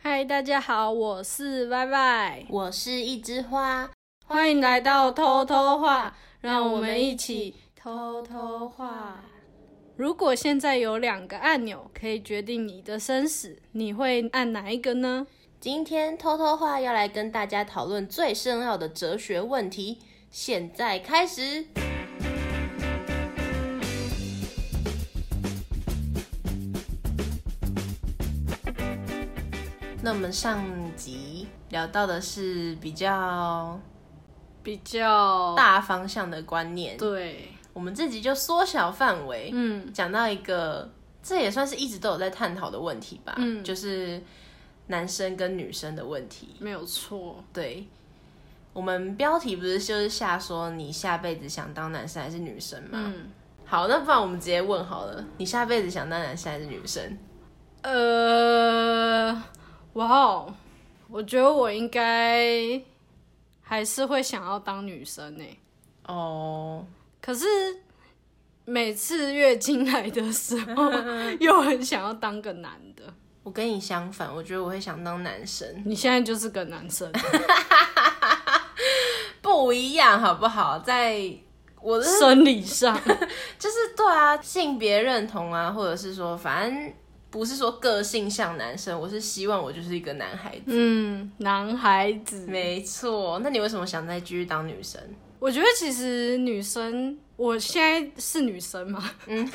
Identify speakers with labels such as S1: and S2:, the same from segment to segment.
S1: 嗨，大家好，我是歪歪，
S2: 我是一枝花，
S1: 欢迎来到偷偷话，让我们一起偷偷话。如果现在有两个按钮可以决定你的生死，你会按哪一个呢？
S2: 今天偷偷话要来跟大家讨论最深奥的哲学问题。现在开始。那我们上集聊到的是比较
S1: 比较
S2: 大方向的观念，
S1: 对，
S2: 我们这集就缩小范围，
S1: 嗯，
S2: 讲到一个，这也算是一直都有在探讨的问题吧，
S1: 嗯
S2: 就是男生跟女生的问题。
S1: 没有错，
S2: 对，我们标题不是就是下说你下辈子想当男生还是女生吗？
S1: 嗯，
S2: 好，那不然我们直接问好了，你下辈子想当男生还是女生？
S1: 呃，哇哦，我觉得我应该还是会想要当女生欸呢、
S2: 哦，
S1: 可是每次月经来的时候，又很想要当个男的。
S2: 我跟你相反，我觉得我会想当男生，
S1: 你现在就是个男生，
S2: 不一样好不好？在我的
S1: 生理上，
S2: 就是对啊，性别认同啊，或者是说，反正不是说个性像男生，我是希望我就是一个男孩子。
S1: 嗯，男孩子。
S2: 没错，那你为什么想再继续当女生？
S1: 我觉得其实女生，我现在是女生嘛，
S2: 你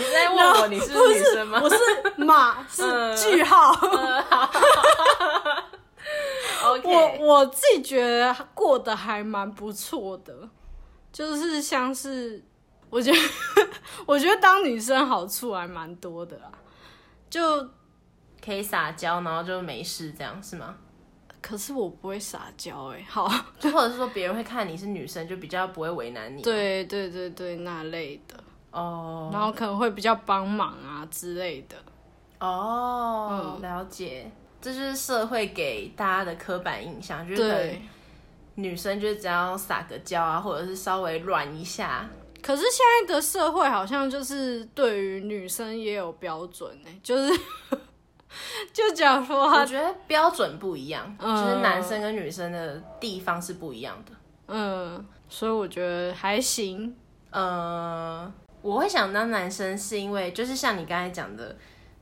S2: 是在问我你是不是女生吗？
S1: 我是马，是句号。我
S2: OK，
S1: 我自己觉得过得还蛮不错的，就是像是我觉得 我觉得当女生好处还蛮多的啊，就
S2: 可以撒娇，然后就没事这样是吗？
S1: 可是我不会撒娇哎、 好，
S2: 就或者是说别人会看你是女生，就比较不会为难你。啊
S1: 对对对对，那类的，
S2: 哦
S1: 然后可能会比较帮忙啊之类的，
S2: 哦，了解，这就是社会给大家的刻板印象，就是可能
S1: 对。
S2: 女生就是只要撒个娇啊，或者是稍微软一下，
S1: 可是现在的社会好像就是对于女生也有标准哎、就是 就假如说
S2: 我
S1: 她，
S2: 觉得标准不一样，
S1: 嗯
S2: 就是男生跟女生的地方是不一样的。
S1: 嗯，所以我觉得还行，
S2: 呃，我会想当男生是因为就是像你刚才讲的，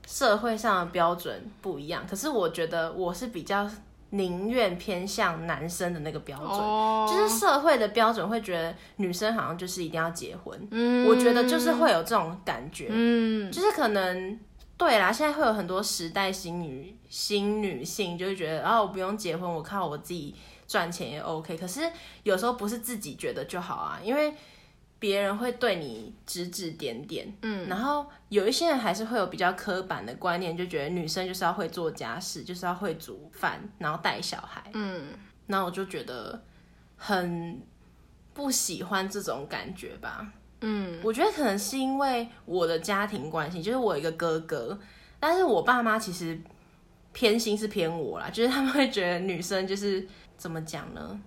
S2: 社会上的标准不一样。可是我觉得我是比较宁愿偏向男生的那个标准，
S1: 哦
S2: 就是社会的标准会觉得女生好像就是一定要结婚。
S1: 嗯
S2: 我觉得就是会有这种感觉，
S1: 嗯，
S2: 就是可能对啦，现在会有很多时代新女新女性，就会觉得啊，我不用结婚，我靠我自己赚钱也 OK。可是有时候不是自己觉得就好啊，因为别人会对你指指点点，嗯，然后有一些人还是会有比较刻板的观念，就觉得女生就是要会做家事，就是要会煮饭，然后带小孩，嗯，那我就觉得很不喜欢这种感觉吧，我觉得可能是因为我的家庭关系，就是我有一个哥哥，但是我爸妈其实偏心是偏我啦，就是他们会觉得女生就是怎么讲呢？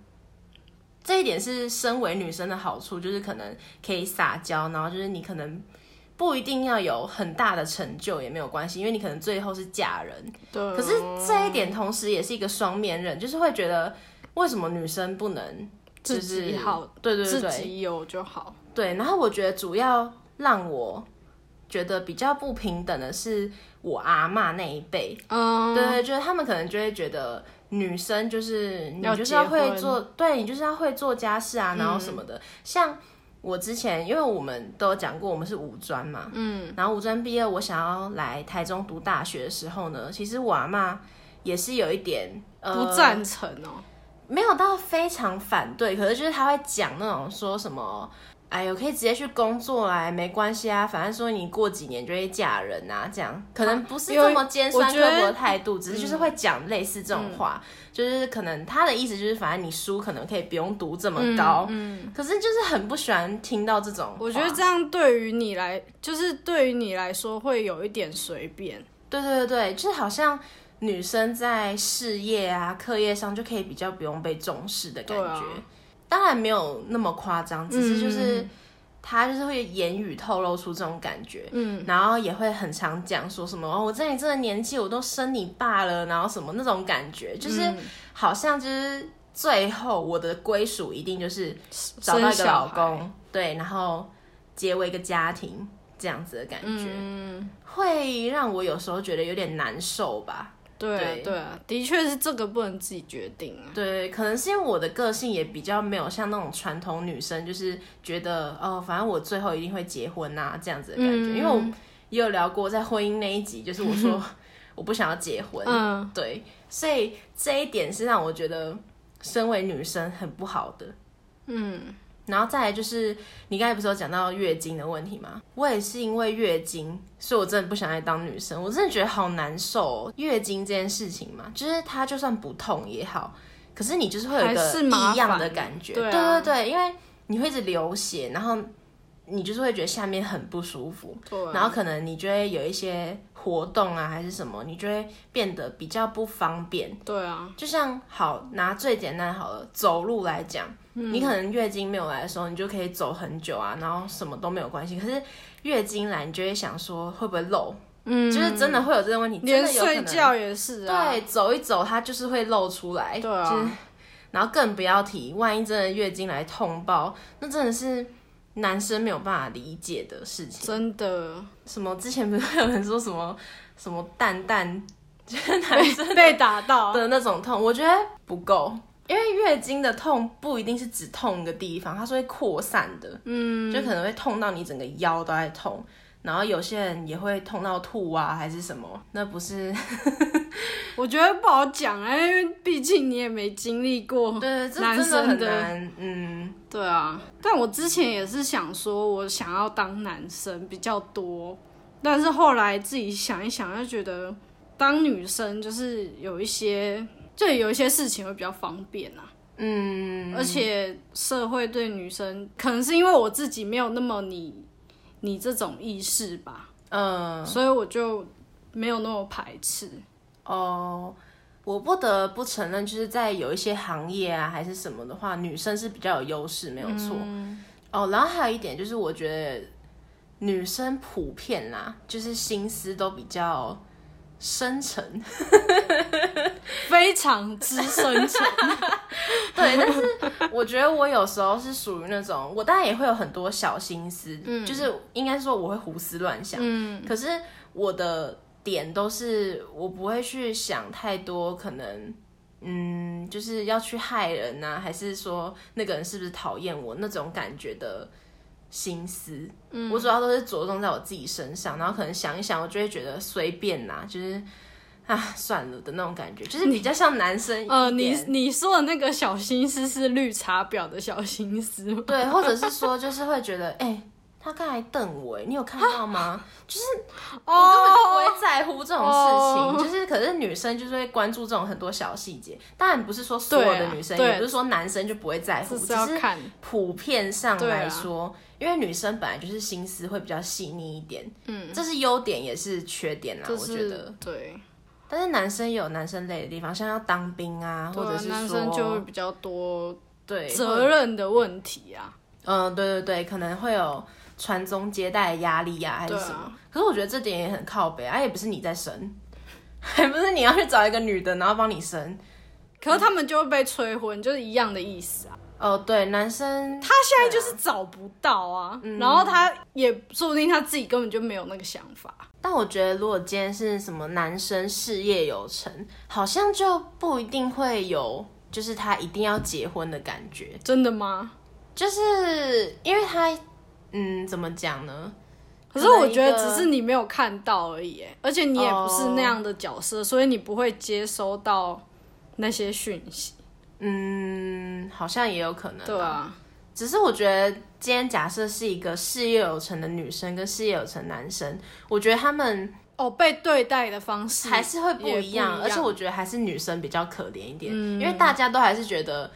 S2: 这一点是身为女生的好处，就是可能可以撒娇，然后就是你可能不一定要有很大的成就也没有关系，因为你可能最后是嫁人，
S1: 对。
S2: 可是这一点同时也是一个双面刃，就是会觉得为什么女生不能就是
S1: 自己好
S2: 对对对
S1: 自己有就好。
S2: 对，然后我觉得主要让我觉得比较不平等的是我阿嬷那一辈，
S1: 嗯，
S2: 对对，就是他们可能就会觉得女生就是你
S1: 要
S2: 就是
S1: 结
S2: 要会
S1: 婚嗯
S2: 做，对你就是要会做家事啊，然后什么的。像我之前，因为我们都有讲过，我们是五专嘛，嗯，然后五专毕业，我想要来台中读大学的时候呢，其实我阿嬷也是有一点呃
S1: 不赞成哦。
S2: 没有到非常反对，可是就是他会讲那种说什么，哎呦，可以直接去工作啦，没关系啊，反正说你过几年就会嫁人啊，这样可能不是
S1: 有
S2: 这么尖酸
S1: 啊我
S2: 刻
S1: 觉得嗯
S2: 薄的态度，只是就是会讲类似这种话，就是可能他的意思就是，反正你书可能可以不用读这么高，可是就是很不喜欢听到这种话，
S1: 嗯我觉得这样对于你来，就是对于你来说会有一点随便。
S2: 对对对对，就是好像。女生在事业啊、课业上就可以比较不用被重视的感觉，
S1: 对啊嗯
S2: 当然没有那么夸张，只是就是他就是会言语透露出这种感觉，
S1: 嗯，
S2: 然后也会很常讲说什么哦，我在你这个年纪我都生你爸了，然后什么那种感觉，就是
S1: 嗯
S2: 好像就是最后我的归属一定就是找到一个
S1: 生小
S2: 老
S1: 孩
S2: 公，对，然后结为一个家庭这样子的感觉，
S1: 嗯，
S2: 会让我有时候觉得有点难受吧。
S1: 对啊
S2: 对
S1: 对啊，的确是这个不能自己决定啊。
S2: 对，可能是因为我的个性也比较没有像那种传统女生，就是觉得哦，反正我最后一定会结婚呐、这样子的感觉。
S1: 嗯
S2: 因为我也有聊过在婚姻那一集，就是我说我不想要结婚，
S1: 嗯，
S2: 对，所以这一点是让我觉得身为女生很不好的。
S1: 嗯，
S2: 然后再来就是你刚才不是有讲到月经的问题吗？我也是因为月经，所以我真的不想再当女生，我真的觉得好难受、哦。月经这件事情嘛，就是它就算不痛也好，可是你就是会有一
S1: 还
S2: 个
S1: 是麻烦
S2: 异样的感觉。
S1: 对啊
S2: 对对对，因为你会一直流血，然后你就是会觉得下面很不舒服。
S1: 对啊，
S2: 然后可能你就会有一些活动啊，还是什么，你就会变得比较不方便。
S1: 对啊，
S2: 就像好拿最简单好了，走路来讲，
S1: 嗯
S2: 你可能月经没有来的时候，你就可以走很久啊，然后什么都没有关系。可是月经来，你就会想说会不会漏，
S1: 嗯，
S2: 就是真的会有这个问题，真
S1: 连
S2: 的有可
S1: 睡
S2: 能。
S1: 觉也是啊，
S2: 对，走一走它就是会漏出来，
S1: 对啊
S2: 就是然后更不要提，万一真的月经来痛爆，那真的是男生没有办法理解的事情。
S1: 真 的
S2: 什么之前不是有人说什么 什么蛋蛋， 就是男生
S1: 被被打到，
S2: 的那种痛，我觉得不够，因为月经的痛不一定是只痛一个地方，它是会扩散的，
S1: 嗯，
S2: 就可能会痛到你整个腰都在痛，然后有些人也会痛到吐啊，还是什么，那不是，
S1: 我觉得不好讲啊，因为毕竟你也没经历过
S2: 对，这
S1: 哦男
S2: 真的
S1: 生
S2: 很
S1: 的
S2: 难，嗯，
S1: 对啊。但我之前也是想说，我想要当男生比较多，但是后来自己想一想，就觉得当女生就是有一些，就有一些事情会比较方便啊。嗯，而且社会对女生，可能是因为我自己没有那么你你这种意识吧，
S2: 呃，
S1: 所以我就没有那么排斥。
S2: 哦。我不得不承认，就是在有一些行业啊，还是什么的话，女生是比较有优势，没有错。哦，然后还有一点就是，我觉得女生普遍啦，就是心思都比较深沉，
S1: 非常之深沉，
S2: 对，但是 我觉得我有时候是属于那种，我当然也会有很多小心思，就是应该说我会胡思乱想，
S1: 嗯
S2: 可是我的点都是我不会去想太多，可能嗯，就是要去害人呐、还是说那个人是不是讨厌我那种感觉的心思，
S1: 嗯
S2: 我主要都是着重在我自己身上，然后可能想一想，我就会觉得随便呐、就是。啊，算了的那种感觉，就是比较像男生一点。
S1: 呃，你你说的那个小心思是绿茶婊的小心思吗？
S2: 对，或者是说就是会觉得，哎、他刚才瞪我、哎，你有看到吗？我根本就不会在乎这种事情
S1: 哦
S2: 就是可是女生就是会关注这种很多小细节。当然不是说所有
S1: 对
S2: 的
S1: 啊
S2: 女生，
S1: 对
S2: 也不是说男生就不会在乎，
S1: 这是
S2: 只
S1: 要
S2: 是啊
S1: 看，
S2: 普遍上
S1: 对啊
S2: 来说，因为女生本来就是心思会比较细腻一点，
S1: 嗯，
S2: 这是优点也是缺点啦，
S1: 就
S2: 我觉
S1: 是
S2: 得。
S1: 对，
S2: 但是男生也有男生累的地方，像要当兵啊，
S1: 对
S2: 或者
S1: 啊
S2: 是，说
S1: 男生就会比较多
S2: 对或者
S1: 责任的问题啊，
S2: 嗯，对对对，可能会有传宗接代的压力呀、还是
S1: 对啊
S2: 什么。可是我觉得这点也很靠北啊，也不是你在生， 还不是你要去找一个女的，然后帮你生。嗯
S1: 可是他们就会被催婚，就是一样的意思啊。
S2: 哦，对，男生
S1: 他现在就是找不到啊，
S2: 嗯
S1: 然后他也说不定他自己根本就没有那个想法。
S2: 但我觉得，如果今天是什么男生事业有成，好像就不一定会有，就是他一定要结婚的感觉，
S1: 真的吗？
S2: 就是因为他，嗯，怎么讲呢？
S1: 可是我觉得
S2: 可能一
S1: 只
S2: 个哦
S1: 是你没有看到而已耶，而且你也不是那样的角色所以你不会接收到那些讯息。
S2: 嗯，好像也有可能。
S1: 对啊，
S2: 只是我觉得今天假设是一个事业有成的女生跟事业有成男生，我觉得他们
S1: 哦，被对待的方式
S2: 还是会不
S1: 也
S2: 一样，嗯
S1: 不
S2: 而且我觉得还是女生比较可怜一点，因为大家都还是觉得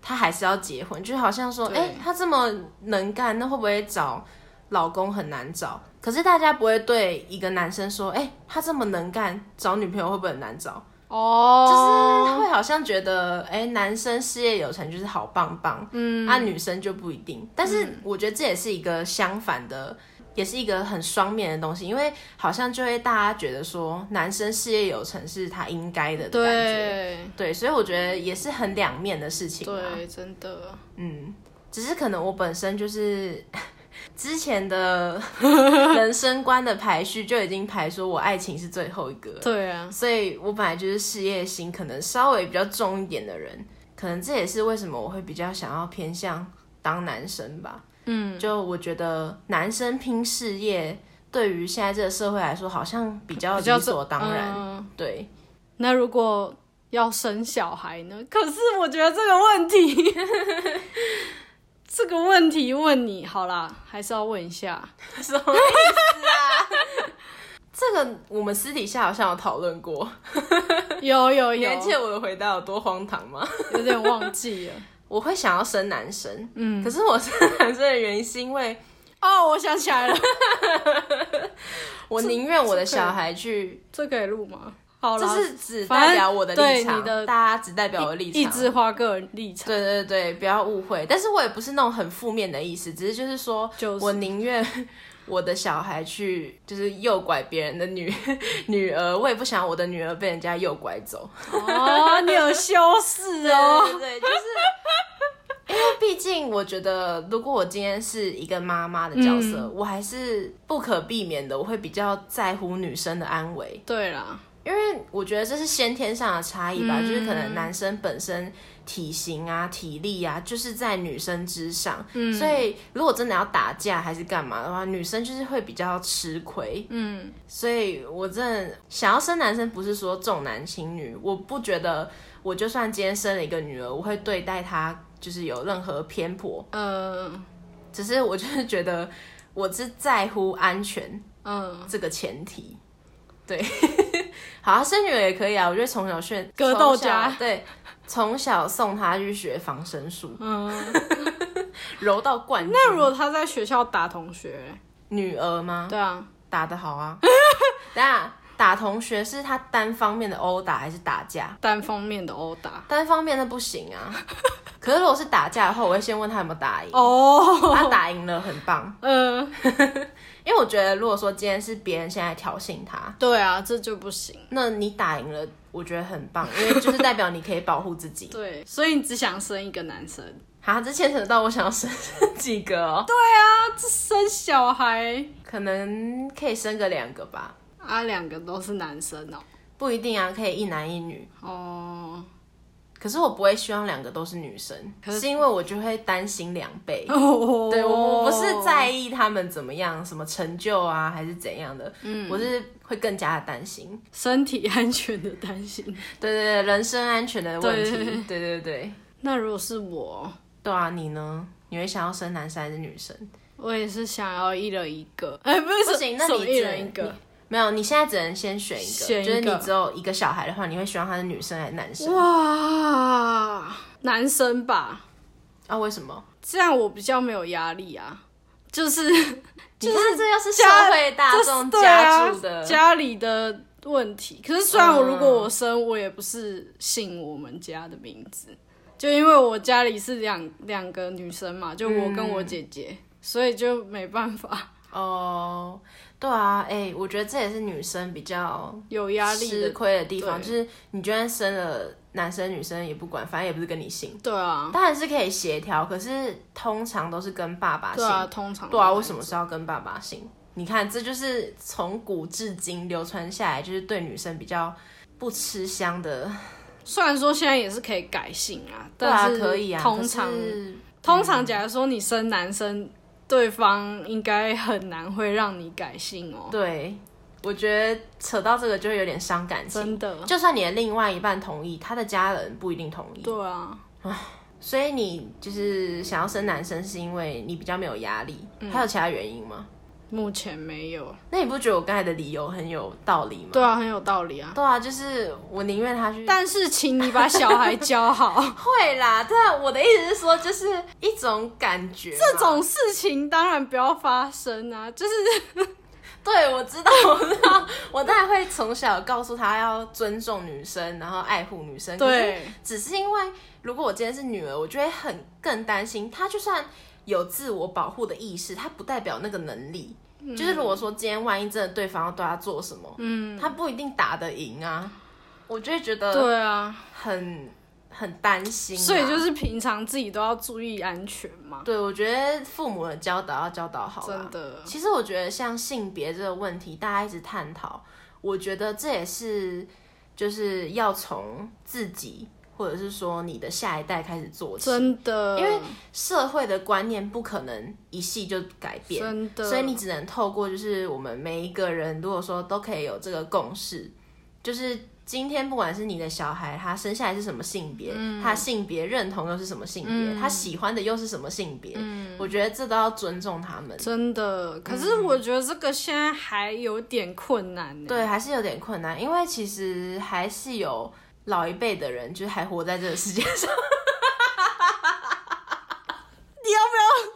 S2: 她还是要结婚，就好像说，
S1: 对
S2: 哎、她这么能干，那会不会找老公很难找？可是大家不会对一个男生说，哎、他这么能干，找女朋友会不会很难找？
S1: 哦，
S2: 就是会好像觉得，哎、男生事业有成就是好棒棒，
S1: 嗯，
S2: 啊，女生就不一定。但是我觉得这也是一个相反的，也是一个很双面的东西，因为好像就会大家觉得说，男生事业有成是他应该的感觉，
S1: 对
S2: 对，所以我觉得也是很两面的事情、啊，
S1: 对，真的，
S2: 嗯，只是可能我本身就是 之前的 人生观的排序就已经排说我爱情是最后一个了，
S1: 对啊，
S2: 所以我本来就是事业心可能稍微比较重一点的人，可能这也是为什么我会比较想要偏向当男生吧。
S1: 嗯，
S2: 就我觉得男生拼事业，对于现在这个社会来说，好像比较
S1: 比较
S2: 理所当然。
S1: 嗯
S2: 对，
S1: 那如果要生小孩呢？可是我觉得这个问题， 这个问题问你好啦，还是要问一 下。
S2: 什么意思啊？
S1: 啊
S2: 这个我们私底下好像有讨论过，
S1: 有有
S2: 你
S1: 有
S2: 还，记得我的回答有多荒唐吗？
S1: 有点忘记了。
S2: 我会想要生男生，
S1: 嗯，
S2: 可是我生男生的原因是因为
S1: 哦，我想起来了，
S2: 我宁愿我的小孩去
S1: 这可以录吗？好
S2: 就
S1: 啦，
S2: 是只代表我的立
S1: 反正
S2: 场，
S1: 对你的
S2: 大家只代表我的立场。
S1: 一枝花个人立场，
S2: 对对对，不要误会。但是我也不是那种很负面的意思，只是就是说，
S1: 就是
S2: 我宁愿我的小孩去就是诱拐别人的女 女儿，我也不想我的女儿被人家诱拐走。
S1: 哦，你有修饰哦。
S2: 对对对，就是。 因为毕竟，我觉得如果我今天是一个妈妈的角
S1: 嗯
S2: 色，我还是不可避免的，我会比较在乎女生的安危。
S1: 对啦，
S2: 因为我觉得这是先天上的差异吧，就是可能男生本身体型啊、体力啊，就是在女生之上，所以如果真的要打架还是干嘛的话，女生就是会比较吃亏。
S1: 嗯，
S2: 所以我真的想要生男生，不是说重男轻女，我不觉得我就算今天生了一个女儿，我会对待她就是有任何偏颇，
S1: 嗯
S2: 只是我就是觉得我是在乎安全，
S1: 嗯，
S2: 这个前提。对， 好啊，生女儿也可以啊。我觉得从小训
S1: 格斗家
S2: 从小对，从小送她去学防身术，
S1: 嗯，
S2: 柔到冠军。
S1: 那如果他在学校打同学，
S2: 女儿吗？
S1: 对啊，
S2: 打得好啊。 等一下打同学是她单方面的殴打还是打架？
S1: 单方面的殴打，
S2: 单方面的不行啊。可是如果是打架的话，我会先问她有没有打赢。
S1: 哦，
S2: 她打赢了，很棒。
S1: 嗯，
S2: 因为我觉得，如果说今天是别人现在挑衅她，
S1: 对啊，这就不行。
S2: 那你打赢了，我觉得很棒，因为就是代表你可以保护自己。
S1: 对，所以你只想生一个男生，
S2: 啊，这牵扯到我想要生 几个哦，
S1: 啊生小孩
S2: 可能可以生个两个吧，
S1: 啊，两个都是男生哦。
S2: 不一定啊，可以一男一女。
S1: 哦，
S2: 可是我不会希望两个都是女生，
S1: 可是
S2: 是因为我就会担心两倍。
S1: 哦
S2: 对我我不是在意他们怎么样，什么成就啊，还是怎样的，嗯，我是会更加的担心，
S1: 身体安全的担心。
S2: 对对对，人身安全的问题，
S1: 对
S2: 对对对，
S1: 那如果是我，
S2: 对啊，你呢？你会想要生男生还是女生？
S1: 我也是想要一人一个，哎、不是
S2: 不行那
S1: 什么
S2: 你
S1: 一
S2: 只能
S1: 人一个，
S2: 没有，你现在只能先选一个，
S1: 选一
S2: 就是你
S1: 个
S2: 只有一个小孩的话，你会希望他是女生还是男生？
S1: 哇，男生吧，
S2: 啊，为什么？
S1: 这样我比较没有压力啊，就是
S2: 就是这又是社
S1: 家
S2: 会大
S1: 这
S2: 众
S1: 对啊
S2: 加注的，
S1: 家里的问题。可是虽然我
S2: 嗯
S1: 如果我生，我也不是姓我们家的名字，就因为我家里是两两个女生嘛，就我跟我姐姐，
S2: 嗯
S1: 所以就没办法
S2: 哦。对啊，哎、我觉得这也是女生比较
S1: 有压力
S2: 吃
S1: 的。
S2: 亏的地方，
S1: 对
S2: 就是你就算生了男生女生也不管，反正也不是跟你姓，
S1: 对啊，
S2: 当然是可以协调，可是通常都是跟爸爸
S1: 对
S2: 姓。
S1: 啊，通常
S2: 对啊，
S1: 都
S2: 为
S1: 是
S2: 什么是要跟爸爸姓？你看，这就是从古至今流传下来，就是对女生比较不吃香的。
S1: 虽然说现在也是可以改姓啊，
S2: 对啊
S1: 但，是
S2: 可以啊，
S1: 通常
S2: 可是
S1: 通常假如说你生男生，对方应该很难会让你改姓哦，
S2: 对，我觉得扯到这个就会有点伤感情。
S1: 真的。
S2: 就算你的另外一半同意，他的家人不一定同意。
S1: 对啊，
S2: 所以你就是想要生男生，是因为你比较没有压力，
S1: 嗯
S2: 还有其他原因吗？
S1: 目前没有。
S2: 那你不觉得我刚才的理由很有道理吗？
S1: 对啊，很有道理啊。
S2: 对啊，就是我宁愿他去。
S1: 但是，请你把小孩教
S2: 啊
S1: 好，
S2: 会啦，但我的意思是说，就是一种感觉嘛。
S1: 这种事情当然不要发生啊！就是
S2: 对，我知道，我知道，我当然会从小告诉他要尊重女生，然后爱护女生。，
S1: 对，
S2: 只是因为如果我今天是女儿，我就会很更担心她，就算有自我保护的意识，她不代表那个能力。就是如果说今天万一真的对方要对她做什么，
S1: 嗯，
S2: 她不一定打得赢啊，我就会觉得
S1: 对啊，
S2: 很很担呃心啊、
S1: 所以就是平常自己都要注意安全嘛，
S2: 对，我觉得父母的教导要教导好啦
S1: 真的，
S2: 其实我觉得像性别这个问题，大家一直探讨，我觉得这也是就是要从自己或者是说你的下一代开始做起。
S1: 真的，
S2: 因为社会的观念不可能一系就改变，
S1: 真的，
S2: 所以你只能透过就是我们每一个人，如果说都可以有这个共识，就是今天不管是你的小孩他生下来是什么性别，
S1: 嗯
S2: 他的性别认同又是什么性别，他喜欢的又是什么性别，
S1: 嗯
S2: 我觉得这都要尊重他们。
S1: 真的，
S2: 嗯
S1: 可是我觉得这个现在还有点困难呢。
S2: 对，还啊是有点困难，因为其实还是有老一辈的人，就是还活在这个世界上。你 要不要？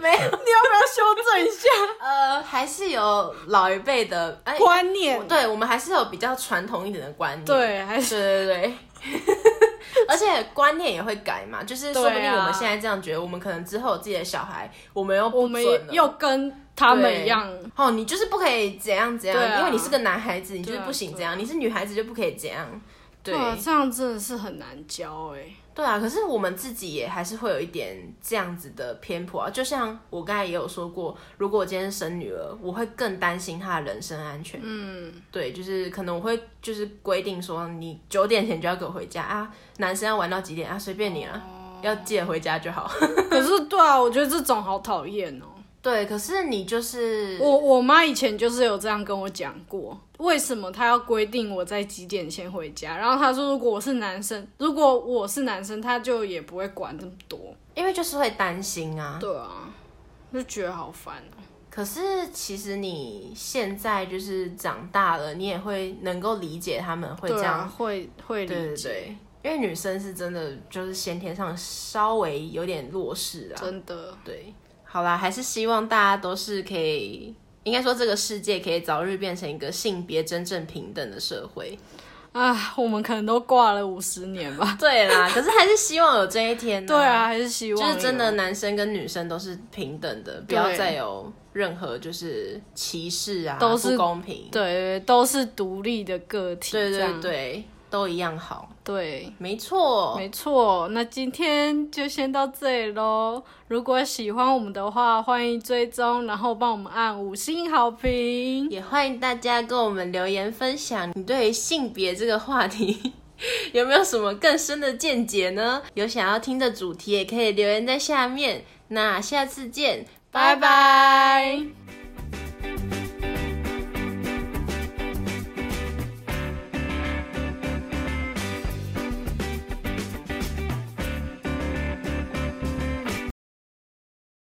S2: 没有，
S1: 你要不要修正一下
S2: 呃，还是有老一辈的， 哎、
S1: 观念？
S2: 对我们还是有比较传统一点的观念。
S1: 对，还是
S2: 对对对。 而且观念也会改嘛，就是说不定
S1: 对啊
S2: 我们现在这样觉得，我们可能之后有自己的小孩，我们又
S1: 我
S2: 不
S1: 们
S2: 准啊
S1: 也
S2: 了。
S1: 又跟他们
S2: 对
S1: 一样，
S2: 哦，你就是不可以怎样怎样，
S1: 对啊
S2: 因为你是个男孩子，你就是
S1: 对啊啊
S2: 不行怎
S1: 对
S2: 样；你是女孩子就不可以怎样。对
S1: 哇这样真的是很难教哎。
S2: 对啊，可是我们自己也还是会有一点这样子的偏颇啊。就像我刚才也有说过，如果我今天生女儿，我会更担心她的人身安全。
S1: 嗯，
S2: 对，就是可能我会就是规定说，你九点前就要给我回家啊，男生要玩到几点啊，随便你啊，
S1: 哦
S2: 要记得回家就好。
S1: 可是对啊，我觉得这种好讨厌哦。
S2: 对，可是你就是
S1: 我我妈以前就是有这样跟我讲过，为什么她要规定我在几点先回家？然后她说，如果我是男生，如果我是男生，她就也不会管这么多。
S2: 因为就是会担心啊。
S1: 对啊，就觉得好烦哦、
S2: 可是其实你现在就是长大了，你也会能够理解他们会
S1: 对
S2: 这样
S1: 啊，会会
S2: 对
S1: 理
S2: 对
S1: 解，
S2: 对，因为女生是真的就是先天上稍微有点弱势啊。
S1: 真的
S2: 对，好啦，还是希望大家都是可以，应该说这个世界可以早日变成一个性别真正平等的社会。
S1: 啊，我们可能都挂了五十年吧。
S2: 对啦， 可是还是希望有这一天、
S1: 对啊，，还是希
S2: 就
S1: 望
S2: 是真
S1: 有
S2: 的男生跟女生都是平等的，不要再有任何就是歧视啊，
S1: 都是
S2: 不公平。
S1: 对对，都是独立的个体。
S2: 对
S1: 这
S2: 对
S1: 样
S2: 对，都一样好，
S1: 对。
S2: 没错。
S1: 没错，那今天就先到这里喽。如果喜欢我们的话，欢迎追踪，然后帮我们按五星好评。
S2: 也欢迎大家跟我们留言分享你对于性别这个话题 有没有什么更深的见解呢？有想要听的主题也可以留言在下面。那下次见，拜
S1: 拜
S2: 拜。
S1: 拜。